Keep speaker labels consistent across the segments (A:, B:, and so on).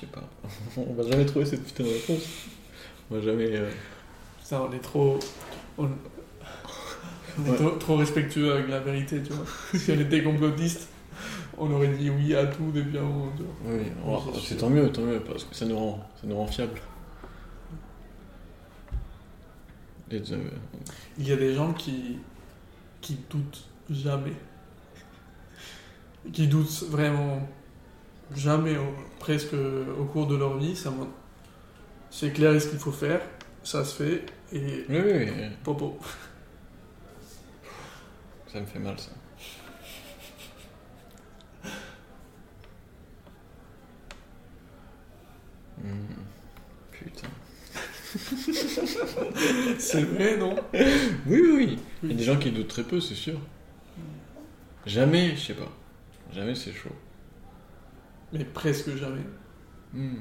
A: sais pas. on va jamais trouver cette putain de réponse. On va jamais. euh,
B: Ça, on est trop. On, on est
A: Ouais.
B: trop, trop respectueux avec la vérité, tu vois. si on était complotiste, on aurait dit oui à tout depuis un moment, tu vois.
A: Oui, on-
B: Oui, c'est
A: c'est
B: sûr.
A: tant mieux, tant mieux, parce que ça nous rend, ça nous rend fiables. Et, euh,
B: Il y a des gens qui. qui doutent jamais. Qui doutent vraiment jamais, au- presque au cours de leur vie. Ça m'a- C'est clair ce qu'il faut faire, ça se fait, et.
A: oui, oui, oui,
B: Popo.
A: ça me fait mal ça. Hmm, Putain.
B: C'est vrai, non
A: Oui, oui, oui. Il y
B: Oui.
A: a des gens qui doutent très peu, c'est sûr. Jamais, je sais pas. Jamais c'est chaud.
B: Mais presque jamais.
A: Hmm.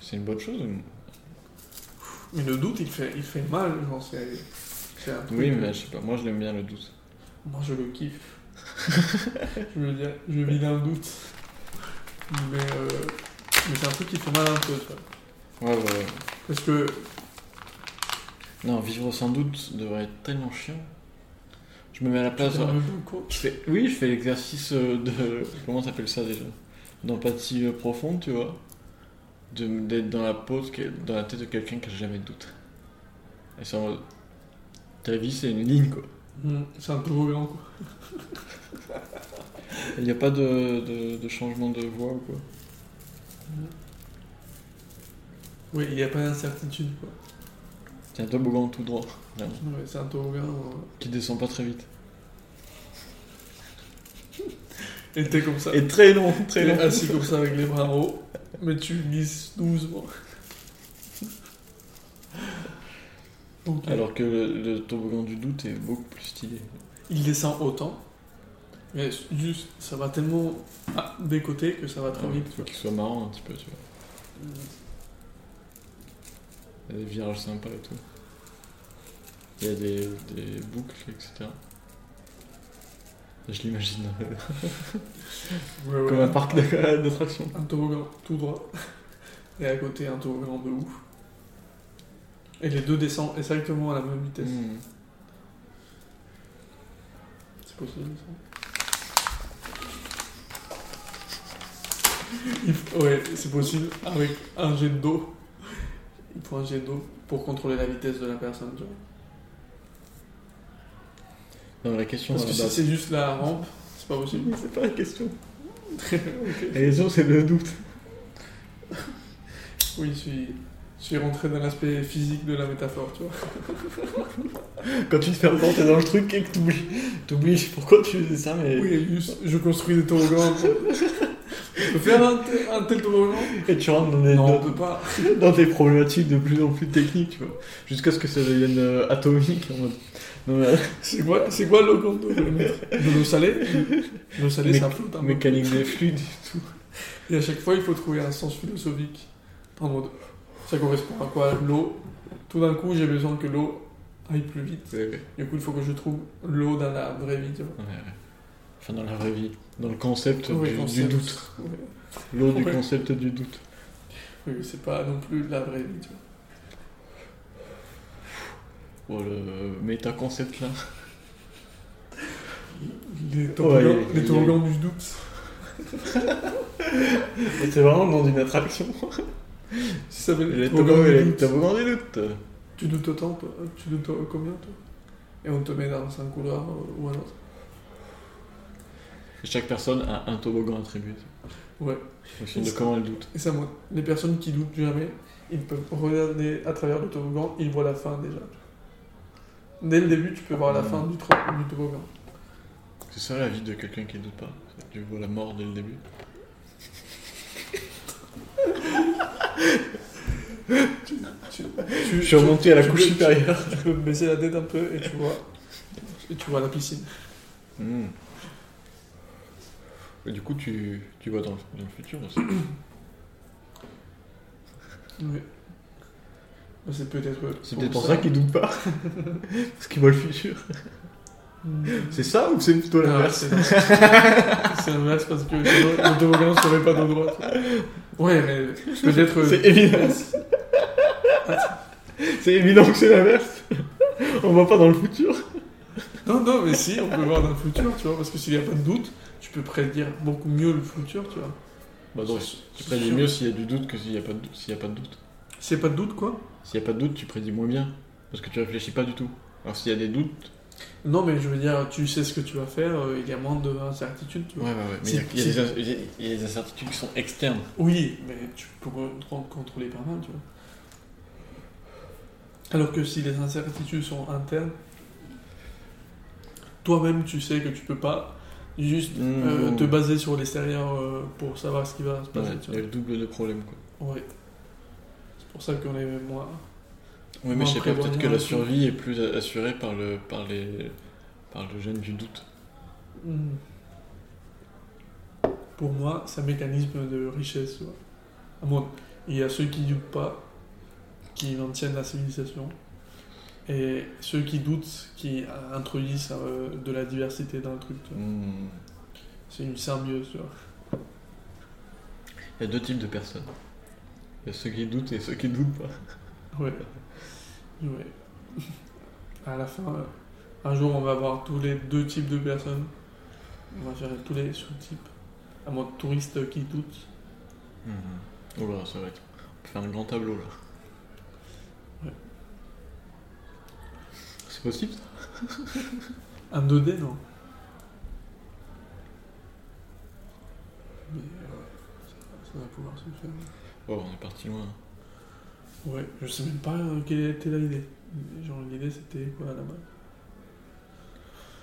A: C'est une bonne chose ou-
B: Mais le doute, il fait, il fait mal, genre, c'est... c'est un truc
A: Oui,
B: que-
A: mais je sais pas, moi je l'aime bien le doute.
B: Moi, je le kiffe. je veux dire, je vis dans le doute. Mais, euh, mais c'est un truc qui fait mal un peu, tu vois.
A: Ouais, ouais, ouais.
B: Parce que...
A: Non, vivre sans doute devrait être tellement chiant. Je me mets à la place.
B: c'est un peu con.
A: Je fais... Oui, je fais l'exercice euh, de. Comment t'appelles ça déjà D'empathie euh, profonde, tu vois. De- D'être dans la pose, que- dans la tête de quelqu'un qui a jamais de doute. Et c'est en mode. Ta vie, c'est une ligne, quoi.
B: Mm, C'est un peu grand, quoi.
A: Il n'y a pas de, de- de changement de voie ou quoi.
B: Oui, il n'y a pas d'incertitude, quoi.
A: C'est un toboggan tout droit, vraiment,
B: Ouais, c'est un hein. toboggan.
A: qui descend pas très vite.
B: euh, Et t'es comme ça.
A: Et très long, très
B: T'es
A: long.
B: assis comme ça avec les bras en haut. Mais tu glisses doucement. Donc, euh,
A: Alors que le, le toboggan du doute est beaucoup plus stylé.
B: il descend autant. Mais juste, ça va tellement ah, des côtés que ça va trop vite.
A: Il Hein, faut qu'il soit marrant un petit peu, tu vois. Il y a des virages sympas et tout. Il y a des, des boucles, etc. Je l'imagine
B: Ouais, ouais.
A: comme un parc d'ac- d'attractions.
B: Un toboggan tout droit. Et à côté, un toboggan de ouf. Et les deux descendent exactement à la même vitesse.
A: Hmm.
B: C'est possible ça Il faut- Ouais, c'est possible avec un jet d'eau. Il faut un jet d'eau pour contrôler la vitesse de la personne. tu vois.
A: Non, mais la question euh, bah,
B: Parce que
A: à la
B: si
A: base-
B: c'est juste la rampe, c'est pas possible.
A: c'est pas la question.
B: Ok.
A: La question, c'est le doute.
B: Oui, je suis, je suis rentré dans l'aspect physique de la métaphore, tu vois.
A: Quand tu te fais avoir, t'es dans le truc et que t'oublies. T'oublies pourquoi tu faisais ça, mais.
B: Oui, juste, je construis des toboggans. Je peux faire un, tel- un tel toboggan
A: Et tu rentres dans des,
B: Non, on
A: dans-
B: peut pas.
A: dans des problématiques de plus en plus techniques, tu vois. Jusqu'à ce que ça devienne euh, atomique en mode. Non, mais-
B: C'est quoi, c'est quoi le compte de mettre De l'eau salée L'eau salée,
A: Mé-
B: ça flotte un peu.
A: mécanique des fluides et tout.
B: Et à chaque fois, il faut trouver un sens philosophique. En mode, ça correspond à quoi L'eau. Tout d'un coup, j'ai besoin que l'eau aille plus vite.
A: Ouais, ouais.
B: Du coup, il faut que je trouve l'eau dans la vraie vie. tu vois.
A: Ouais, ouais. Enfin, dans la vraie vie, dans le concept,
B: Ouais,
A: du,
B: concept.
A: du doute.
B: Ouais.
A: L'eau du
B: Ouais.
A: concept du doute.
B: Oui, mais c'est pas non plus la vraie vie. tu vois.
A: Oh, le méta-concept là.
B: Les toboggans,
A: il-
B: les
A: il-
B: toboggans du doute.
A: C'est vraiment le nom d'une attraction.
B: Ça s'appelle
A: Les
B: toboggan
A: toboggans
B: du
A: et les
B: doute.
A: toboggans du doute.
B: Tu doutes autant, toi Tu doutes euh, combien, toi Et on te met dans un couloir euh, ou un autre.
A: Et chaque personne a un toboggan attribué.
B: Ouais.
A: En fonction de comment elle doute.
B: Et ça, moi, les personnes qui doutent jamais, ils peuvent regarder à travers le toboggan, ils voient la fin déjà. Dès le début, tu peux voir la fin du, tro- du toboggan.
A: C'est ça la vie de quelqu'un qui doute pas. Tu vois la mort dès le début.
B: Tu,
A: Je suis remonté à la
B: tu
A: couche
B: peux-
A: supérieure.
B: Tu peux baisser la tête un peu et tu vois, et tu vois la piscine.
A: Hmm. Et du coup, tu, tu vois dans le, dans le futur aussi.
B: Oui. C'est peut-être.
A: C'est peut-être pour ça qu'ils doutent pas. Parce qu'ils voient le futur. C'est ça ou c'est plutôt
B: Non,
A: l'inverse
B: C'est c'est l'inverse parce que sinon, le toboggan ne serait pas de droite. Ouais, mais peut-être. euh,
A: C'est évident. C'est évident que c'est l'inverse. On va pas dans le futur.
B: Non, non, mais si, on peut voir dans le futur, tu vois, parce que s'il n'y a pas de doute, tu peux prédire beaucoup mieux le futur, tu vois.
A: Bah donc, tu prédis
B: sûr.
A: mieux s'il y a du doute que s'il n'y a pas de doute. S'il y a pas de doute.
B: S'il n'y a pas de doute, quoi.
A: S'il y a pas de doute, tu prédis moins bien. Parce que tu réfléchis pas du tout. Alors s'il y a des doutes.
B: Non, mais je veux dire, tu sais ce que tu vas faire, euh, il y a moins d'incertitudes, tu vois.
A: ouais, ouais. Mais il y a- il y, a des in- il y a des incertitudes qui sont externes.
B: Oui, mais tu peux con- contrôler pas mal, tu vois. Alors que si les incertitudes sont internes, toi-même tu sais que tu peux pas juste euh,
A: Mmh.
B: te baser sur l'extérieur euh, pour savoir ce qui va se
A: Ouais,
B: passer. tu
A: il y a le double de problèmes quoi.
B: vois. Ouais. C'est pour ça qu'on est moins.
A: Oui,
B: Bon,
A: mais je sais
B: après,
A: pas, peut-être
B: bon,
A: que
B: non,
A: la
B: tout.
A: survie est plus assurée par le, par les, par le gène du doute.
B: Mmh. Pour moi, c'est un mécanisme de richesse. tu vois. À mon- Il y a ceux qui doutent pas, qui maintiennent la civilisation, et ceux qui doutent, qui euh, introduisent euh, de la diversité dans le truc. tu vois.
A: Hmm.
B: C'est une symbiose. tu vois.
A: Il y a deux types de personnes. Il y a ceux qui doutent et ceux qui doutent pas.
B: Ouais. Ouais. À la fin, euh, un jour, on va avoir tous les deux types de personnes. On va faire tous les sous-types. À moins de touristes qui doutent.
A: Oh là, ça va être. On peut faire un grand tableau là.
B: Ouais.
A: C'est possible ça
B: Un 2D, non Mais euh, ça, ça va pouvoir se faire.
A: Oh, on est parti loin.
B: Ouais, je sais même pas euh, quelle était l'idée. Genre, l'idée c'était quoi là-bas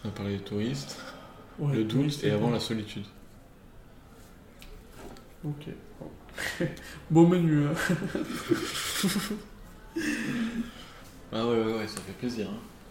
A: On a parlé des touristes,
B: ouais,
A: le doute
B: touriste,
A: et avant
B: ouais.
A: la solitude.
B: Ok. Beau menu, hein.
A: Ah ouais, ouais, ouais, ça fait plaisir. hein.